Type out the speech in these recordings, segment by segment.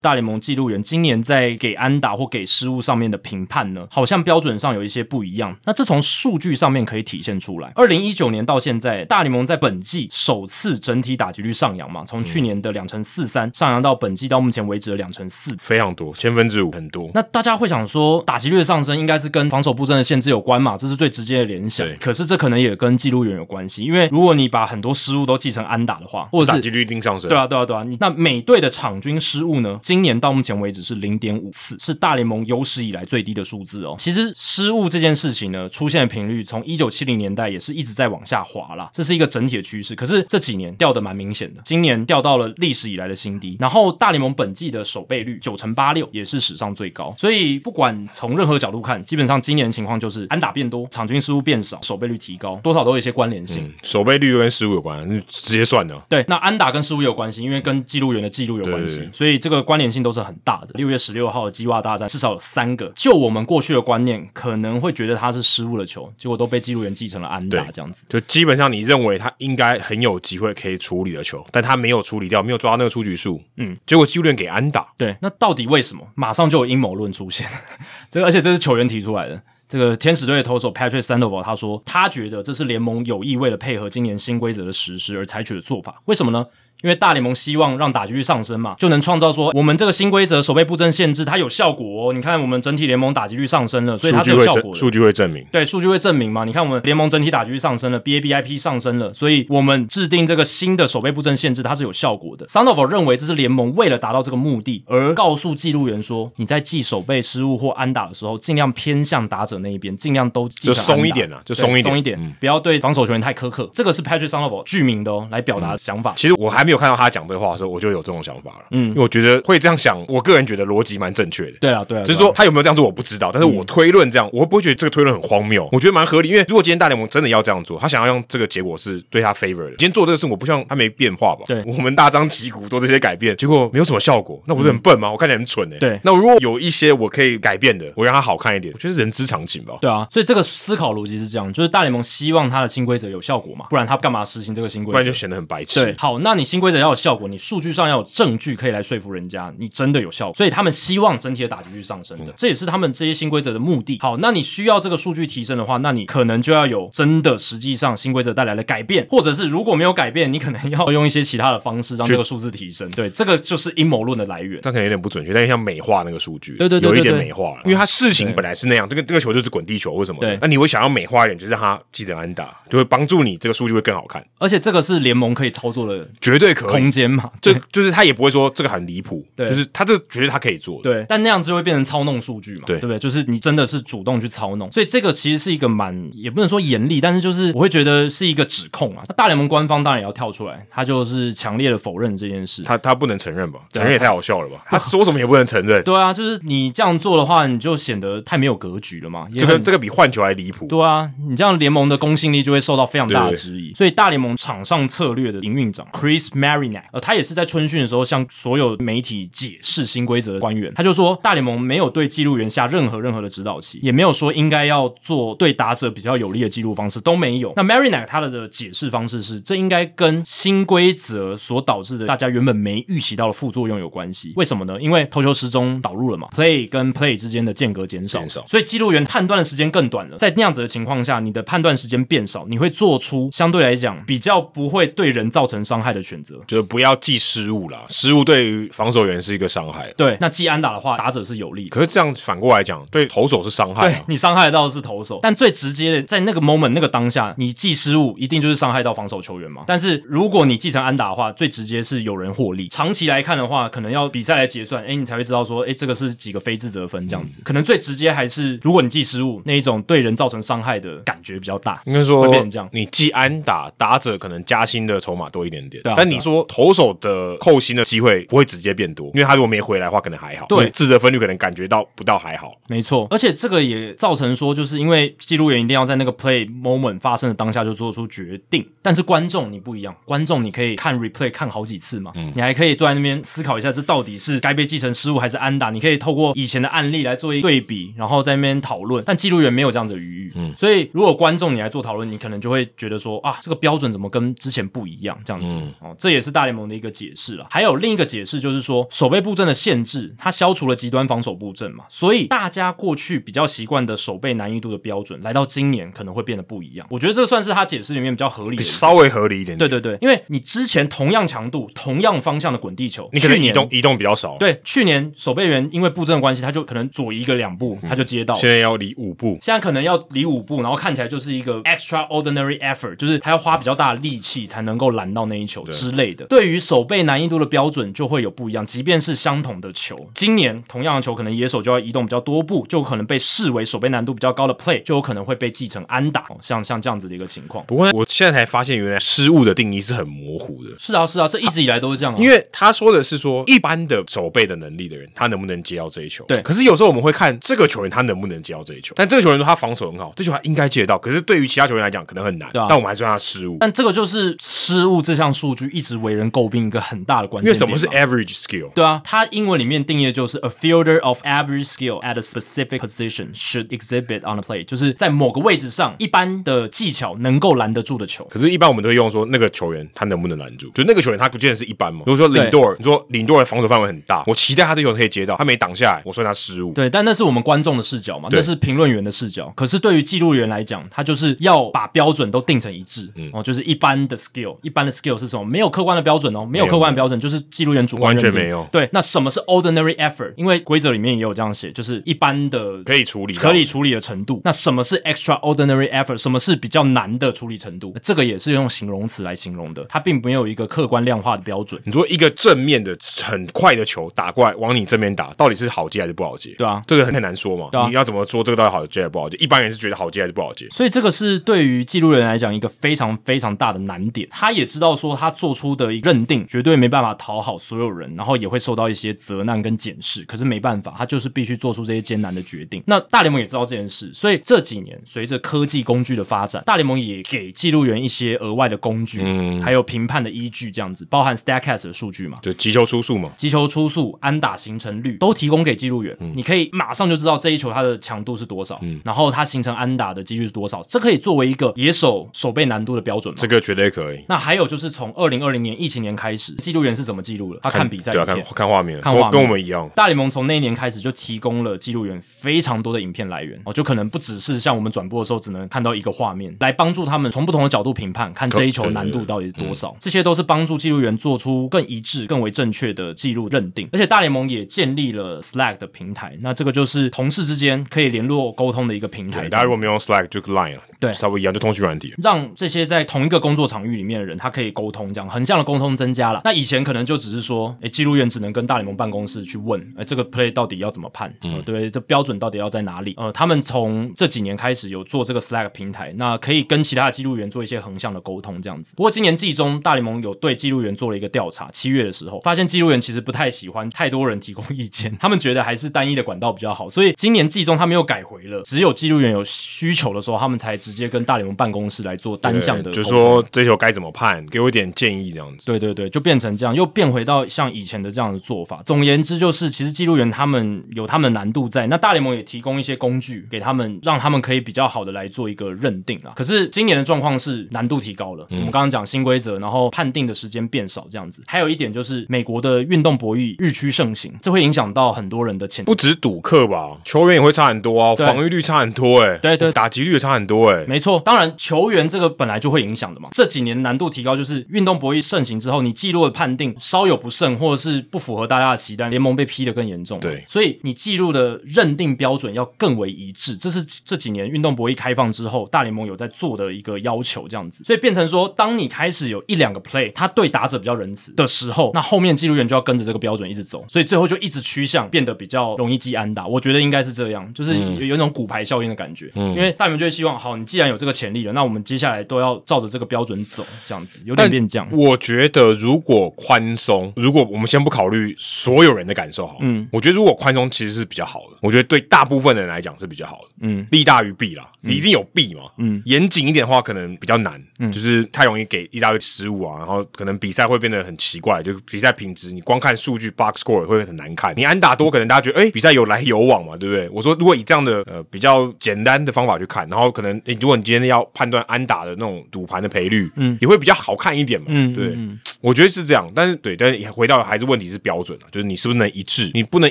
大联盟记录员今年在给安打或给失误上面的评判呢，好像标准上有一些不一样。那这从数据上面可以体现出来。二零一九年到现在，大联盟在本季首次整体打击率上扬嘛，从去年的两成四三上扬到本季到目前为止的两成四。非常多，千分之五很多。那大家会想说，打击率的上升应该是跟防守布阵的限制有关嘛？这是最直接的联想对。可是这可能也跟记录员有关系，因为如果你把很多失误都记成安打的话，或者打是击率一定上升。对啊，对啊，对啊。你那每队的场均失误呢？今年到目前为止是零点五次，是大联盟有史以来最低的数字哦。其实失误这件事情呢，出现的频率从一九七零年代也是一直在往下滑啦，这是一个整体的趋势。可是这几年掉的蛮明显的，今年掉到了历史以来的新低。然后大联盟本季的守备率九成八六也是史上最高，所以不管从任何角度看，基本上今年的情况就是安打变多，场均失误变少，守备率提高，多少都有一些关联性。嗯，守备率跟失误有关，嗯直接算的。对，那安打跟失误有关系，因为跟记录员的记录有关对系对，所以这个关联性都是很大的。六月十六号的基袜大战至少有三个，就我们过去的观念，可能会觉得他是失误的球，结果都被记录员记成了安打对这样子。就基本上你认为他应该很有机会可以处理的球，但他没有处理掉，没有抓到那个出局数，嗯，结果纪录员给安打，对，那到底为什么？马上就有阴谋论出现， 这个而且这是球员提出来的。这个天使队的投手 Patrick Sandoval 他说，他觉得这是联盟有意为了配合今年新规则的实施而采取的做法。为什么呢？因为大联盟希望让打击率上升嘛，就能创造说我们这个新规则守备布阵限制它有效果哦。你看我们整体联盟打击率上升了，所以数它是据有会效证果的。数据会证明。对，数据会证明嘛。你看我们联盟整体打击率上升了，BABIP 上升了，所以我们制定这个新的守备布阵限制，它是有效果的。Sandoval 认为这是联盟为了达到这个目的而告诉记录员说，你在记守备失误或安打的时候，尽量偏向打者那一边，尽量都记就成松安一打点啊就对松一点松一点，不要对防守球员太苛刻。这个是 Patrick Sandoval 具名的哦，来表达想法。其实我还没有看到他讲这话的时候，我就有这种想法了。嗯，因为我觉得会这样想，我个人觉得逻辑蛮正确的。对了，对了，只是对啊说他有没有这样做我不知道，但是嗯我推论这样，我会不会觉得这个推论很荒谬？我觉得蛮合理，因为如果今天大联盟真的要这样做，他想要让这个结果是对他 favor 的。今天做这个事，我不希望他没变化吧？对我们大张旗鼓做这些改变，结果没有什么效果，那我是很笨吗？我看起来很蠢哎、嗯对那如果有一些我可以改变的，我让它好看一点，我觉得是人之常情吧。对啊，所以这个思考逻辑是这样，就是大联盟希望它的新规则有效果嘛，不然他干嘛实行这个新规不则然就？显得很白痴。对，好，那你新规则要有效果，你数据上要有证据可以来说服人家，你真的有效果，所以他们希望整体的打击率上升的，这也是他们这些新规则的目的。好，那你需要这个数据提升的话，那你可能就要有真的实际上新规则带来的改变，或者是如果没有改变，你可能要用一些其他的方式让这个数字提升。对，这个就是阴谋论的来源。但可能有点不准确，但像美化那个数据，对对对对有一点对美化了，因为他事情本来是那样，这个这个球就是滚地球或什么的对，那你会想要美化一点，就是让他记得安打，就会帮助你这个数据会更好看，而且这个是联盟可以操作的绝对可以空。间嘛，这就是他也不会说这个很离谱，对就是他这个绝对他可以做的。对，但那样子就会变成操弄数据嘛，对对不对？就是你真的是主动去操弄，所以这个其实是一个蛮也不能说严厉，但是就是我会觉得是一个指控啊。那大联盟官方当然也要跳出来，他就是强烈的否认这件事。他他不能承认吧？承认也太好笑了吧？他说什么也不能承认，对啊，就是你这样做的话，你就显得太没有格局了嘛。也这个很这个比换球还离谱。对啊，你这样联盟的公信力就会受到非常大的对质疑。所以大联盟场上策略的营运长 Chris Marinac，呃，他也是在春训的时候向所有媒体解释新规则的官员，他就说大联盟没有对记录员下任何任何的指导期，也没有说应该要做对打者比较有利的记录方式，都没有。那 Marinac 他的解释方式是，这应该跟新规则所导致的大家原本没预期到的副作用有关系。为什么呢？因为投球时钟导入了嘛，play 跟 play 之间的间隔减少，减少所以记录员判断的时间更短了。在那样子的情况下，你的判断时间变少，你会做出相对来讲比较不会对人造成伤害的选择。就是不要记失误啦，失误对于防守员是一个伤害。对，那既安打的话，打者是有利的。可是这样反过来讲，对投手是伤害对啊。你伤害得到的是投手，但最直接的，在那个 moment 那个当下，你记失误一定就是伤害到防守球员嘛。但是如果你继承安打的话，最直接是有人获利。长期来看的话，可能要比赛来结算，诶，哎你才会知道说，诶，这个是几个非自责分这样嗯子。可能最直接还是如果你记失误，那一种对人造成伤害的感觉比较大，应该说会变成这样，。你记安打，打者可能加薪的筹码多一点点，对啊但你说投手的扣薪的机会不会直接变多，因为他如果没回来的话，可能还好。对因为自责分率可能感觉到不到还好。没错，而且这个也造成说，就是因为记录员一定要在那个 play moment 发生的当下就做出决定，但是观众你不一样，观众你可以看 replay 看好几次嘛，你还可以坐在那边思考一下，这到底是该被继承失误还是安打，你可以透过以前的案例来做一对比，然后在那边讨论，但记录员没有这样子的余裕。域。嗯，所以如果观众你来做讨论，你可能就会觉得说啊，这个标准怎么跟之前不一样？这样子、嗯哦，这也是大联盟的一个解释了。还有另一个解释就是说，守备布阵的限制，它消除了极端防守布阵嘛，所以大家过去比较习惯的守备难易度的标准，来到今年可能会变得不一样。我觉得这算是他解释里面比较合理的一个。稍微合理一点点。对对对，因为你之前同样强度、同样方向的滚地球，你可去能移年动移动比较少，，对，去年守备员因为布阵的关系，他就可能左移个两步，嗯他就接到了。现在要离五步，现在可能要离五步，然后看起来就是一个 extraordinary effort，就是他要花比较大的力气才能够拦到那一球之类的。对于手背难易度的标准就会有不一样，即便是相同的球，今年同样的球，可能野手就要移动比较多步，就有可能被视为手背难度比较高的 play，就有可能会被记成安打，哦像像这样子的一个情况。不过我现在才发现，原来失误的定义是很模糊的。是啊，是啊，这一直以来都是这样、啊。因为他说的是说一般的守备的能力的人，他能不能接到这一球？对可是有时候我们会看这个球员他能不能接到这一球，但这个球员他防守很好，这球他应该接得到，可是对于其他球员来讲可能很难。对啊但我们还是让他失误，但这个就是失误这项数据一直为人诟病一个很大的关因键为点什嘛。么是 average skill？对啊，它英文里面定义的就是 a fielder of average skill at a specific position should exhibit on a play，就是在某个位置上一般的技巧能够拦得住的球。可是，一般我们都会用说那个球员他能不能拦住，就那个球员他不见得是一般嘛。如果说领队，你说领队的防守范围很大，我期待他这球可以接到，他没挡下来，我算他失误。对，但那是我们观众的视角嘛，对那是评论员的视角。可是对于记录员来讲，他就是要把标准都定成一致，嗯哦，就是一般的 skill，一般的 skill 是什么？没有客观的标准哦，没有客观的标准，就是记录员主观完全认定没有对，那什么是 ordinary effort？因为规则里面也有这样写，就是一般的可以处理到，可以处理的程度。那什么是 extraordinary effort？什么是比较难的处理程度？这个也是用形容词来形容的，它并没有一个客观量化的标准。你说一个正面的很快的球打过来往你正面打，到底是好接还是不好接？对啊这个很很难说嘛。对啊你要怎么说这个到底好接还是不好接？一般人是觉得好接还是不好接？所以这个是对于记录人来讲一个非常非常大的难点。他也知道说他做出的认定绝对没办法讨好所有人，然后也会受到一些责难跟检视。可是没办法，他就是必须做出这些艰难的决定。那大联盟也知道这件事，所以这几年随着科技工具的发展，大联盟也给记录员一些额外的工具，还有评判的依据，这样子包含 Statcast 的数据嘛。就急球出速嘛。击球出速、安打形成率都提供给记录员，嗯你可以马上就知道这一球它的强度是多少，然后它形成安打的几率是多少，这可以作为一个野手守备难度的标准嘛这？个绝对可以。那还有就是从二零二零年疫情年开始，记录员是怎么记录的？他看比赛对影啊，看片。看画面，看跟画面跟我们一样。大联盟从那一年开始就提供了记录员非常多的影片来源哦，就可能不只是像我们转播的时候只能看到一个画面，来帮助他们从不同的角度评判，看这一球难度到底是多少。这些都是帮助记录员做出更一致、更为正确的记录认定。而且大联盟也建立了 Slack 的平台，那这个就是同事之间可以联络沟通的一个平台对。大家如果这样子没有用 Slack 就 Line 啊，对差不多一样，就通讯软体。啊让这些在同一个工作场域里面的人，他可以沟通，这样横向的沟通增加了。那以前可能就只是说，诶，记录员只能跟大联盟办公室去问，诶，这个 play 到底要怎么判，呃对不对？这标准到底要在哪里？呃，他们从这几年开始有做这个 Slack 平台，那可以跟其他的记录员做一些横向的沟通，这样子。不过今年季中，大联盟有对记录员做了一个调查，七月的时候发现记录员其实不太喜欢太多人提供意见， 他们觉得还是单一的管道比较好，所以今年季中他们又改回了，只有记录员有需求的时候，他们才直接跟大联盟办公室来做单向的对沟通，就是说这球该怎么判，给我一点建议这样子。对对对，就变成这样，又变回到像以前的这样的做法。总而言之，就是其实记录员他们有他们的难度在，那大联盟也提供一些工具给他们，让他们可以比较好的来做一个认定啦。可是今年的状况是难度提高了，我们刚刚讲新规则，然后判定的时间变少这样子。还有一点就是美国的运动博弈日趋盛行，这会影响到很多人的潜。不止赌客吧，球员也会差很多啊，对防御率差很多哎、对对打击率也差很多哎、没错，当然球员这个本来就会影响的嘛。这几年难度提高，就是运动博弈盛行之后，你记录的判定稍有不慎，或者是不符合大家的期待，联盟被批得更严重。对所以你记录的认定标准要更为一致，这是这几年运动博弈开放之后，大联盟有在做的一个要求，这样子。所以变成说，当你开始有一两个 play，他对打者比较仁慈的时候，那后面记录员就要跟着这个标准一直走，所以最后就一直趋向变得比较容易记安打。我觉得应该是这样，就是有有一种骨牌效应的感觉，因为大联盟就会希望，好，你既然有这个潜力了，那我们接下来都要照着这个标准走，这样子有点变这样。我觉得如果宽松，如果我们先不考虑所有人的感受好，嗯，我觉得如果宽松其实是比较好的，我觉得对大部分人来讲是比较好的，嗯，利大于弊啦，你一定有弊嘛，嗯，严谨一点的话可能比较难，嗯，就是太容易给一大堆失误啊，然后可能比赛会变得很奇怪，就比赛品质，你光看数据 box score 会很难看，你安打多可能大家觉得哎、诶比赛有来有往嘛，对不对？我说如果以这样的呃比较简单单的方法去看，然后可能、诶如果你今天要判断安打的那种赌盘的赔率，嗯，也会比较好看一点嘛，嗯对。嗯我觉得是这样，但是对，但是也回到还是问题是标准啊，就是你是不是能一致？你不能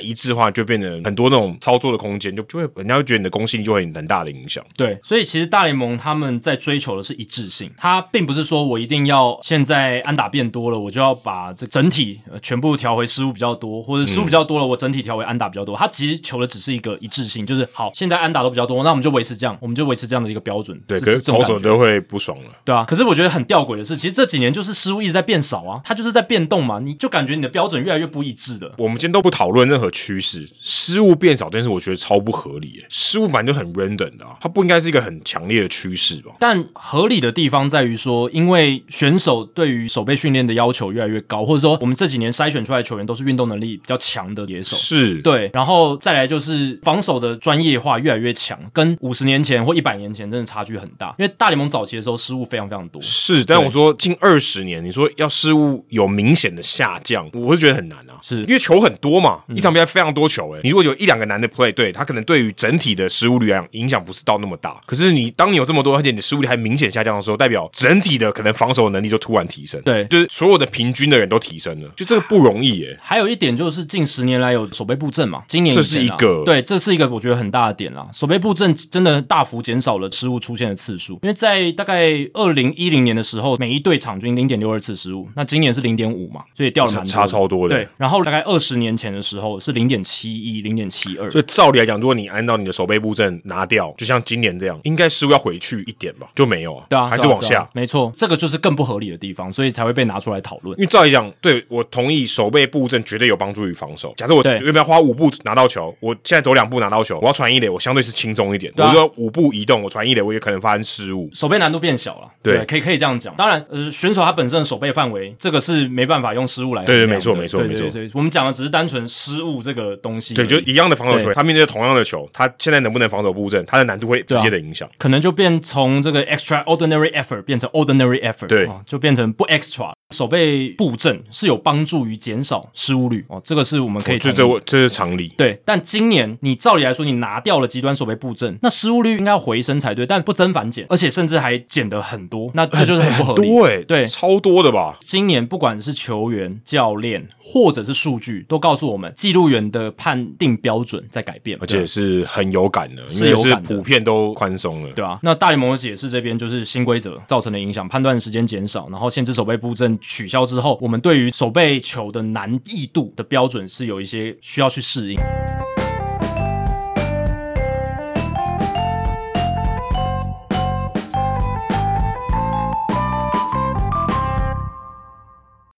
一致的话，就变成很多那种操作的空间，就就会人家会觉得你的公信力就会有很大的影响。对，所以其实大联盟他们在追求的是一致性，它并不是说我一定要现在安打变多了，我就要把这整体、呃全部调回失误比较多，或者失误比较多了，我整体调回安打比较多。它其实求的只是一个一致性，就是好，现在安打都比较多，那我们就维持这样，我们就维持这样的一个标准。对，这可是这种投感手觉就会不爽了。对啊，可是我觉得很吊诡的是，其实这几年就是失误一直在变少啊，它就是在变动嘛，你就感觉你的标准越来越不一致了。我们今天都不讨论任何趋势，失误变少这件事，我觉得超不合理耶。失误本来就很 random 的、啊，它不应该是一个很强烈的趋势吧？但合理的地方在于说，因为选手对于手背训练的要求越来越高，或者说我们这几年筛选出来的球员都是运动能力比较强的野手。是，对，然后再来就是防守的专业化越来越强，跟五十年前或一百年前真的差距很大。因为大联盟早期的时候失误非常非常多，是。但我说近二十年，你说要失误有明显的下降，我是觉得很难啊。是嗯因为球很多嘛，一场比赛非常多球、欸，你如果有一两个难的 play，对他可能对于整体的失误率来讲影响不是到那么大。可是你当你有这么多，而且你的失误率还明显下降的时候，代表整体的可能防守能力就突然提升，对就是所有的平均的人都提升了，就这个不容易耶、欸还有一点就是近十年来有手背布阵嘛，今年这是以前啊一个对，这是一个我觉得很大的点啦。手背布阵真的大幅减少了失误出现的次数，因为在大概二零一零年的时候，每一队场均零点六二次失误，那今年是零点五嘛，所以掉了蛮多差超多的对，然后大概二十年前的时候是零点七一、零点七二，所以照理来讲，如果你按照你的手背布阵拿掉，就像今年这样，应该失误要回去一点吧？就没有啊，对啊，还是对啊往对啊下。没错，这个就是更不合理的地方，所以才会被拿出来讨论。因为照理讲，对我同意手背布阵绝对有帮助于防守。假设我对原本要花五步拿到球，我现在走两步拿到球，我要传一垒，我相对是轻松一点。对啊我说五步移动，我传一垒，我也可能发生失误。手背难度变小了，对可以可以这样讲。当然，呃，选手他本身的手背范围，这个是没办法用失误来衡对对量的没错没错对没错对对，我们讲的只是单纯失误这个东西而对，已，就一样的防守球员，嗯对他面对同样的球，他现在能不能防守布阵，他的难度会直接的影响。可能就变从这个 extraordinary effort 变成 ordinary effort，对哦就变成不 extra。手背布阵是有帮助于减少失误率哦，这个是我们可以就同意这我这是常理。对，但今年你照理来说，你拿掉了极端守备布阵，那失误率应该要回升才对，但不增反减，而且甚至还减的很多，那这就是很不合 理。多哎，对超多的吧？今年不管是球员、教练或者是数据，都告诉我们记录员的判定标准在改变，而且是很有感的，因是为有是感的普遍都宽松了。对啊，那大联盟的解释这边就是新规则造成的影响，判断时间减少，然后限制守备布阵取消之后，我们对于守备球的难易度的标准是有一些需要去适应。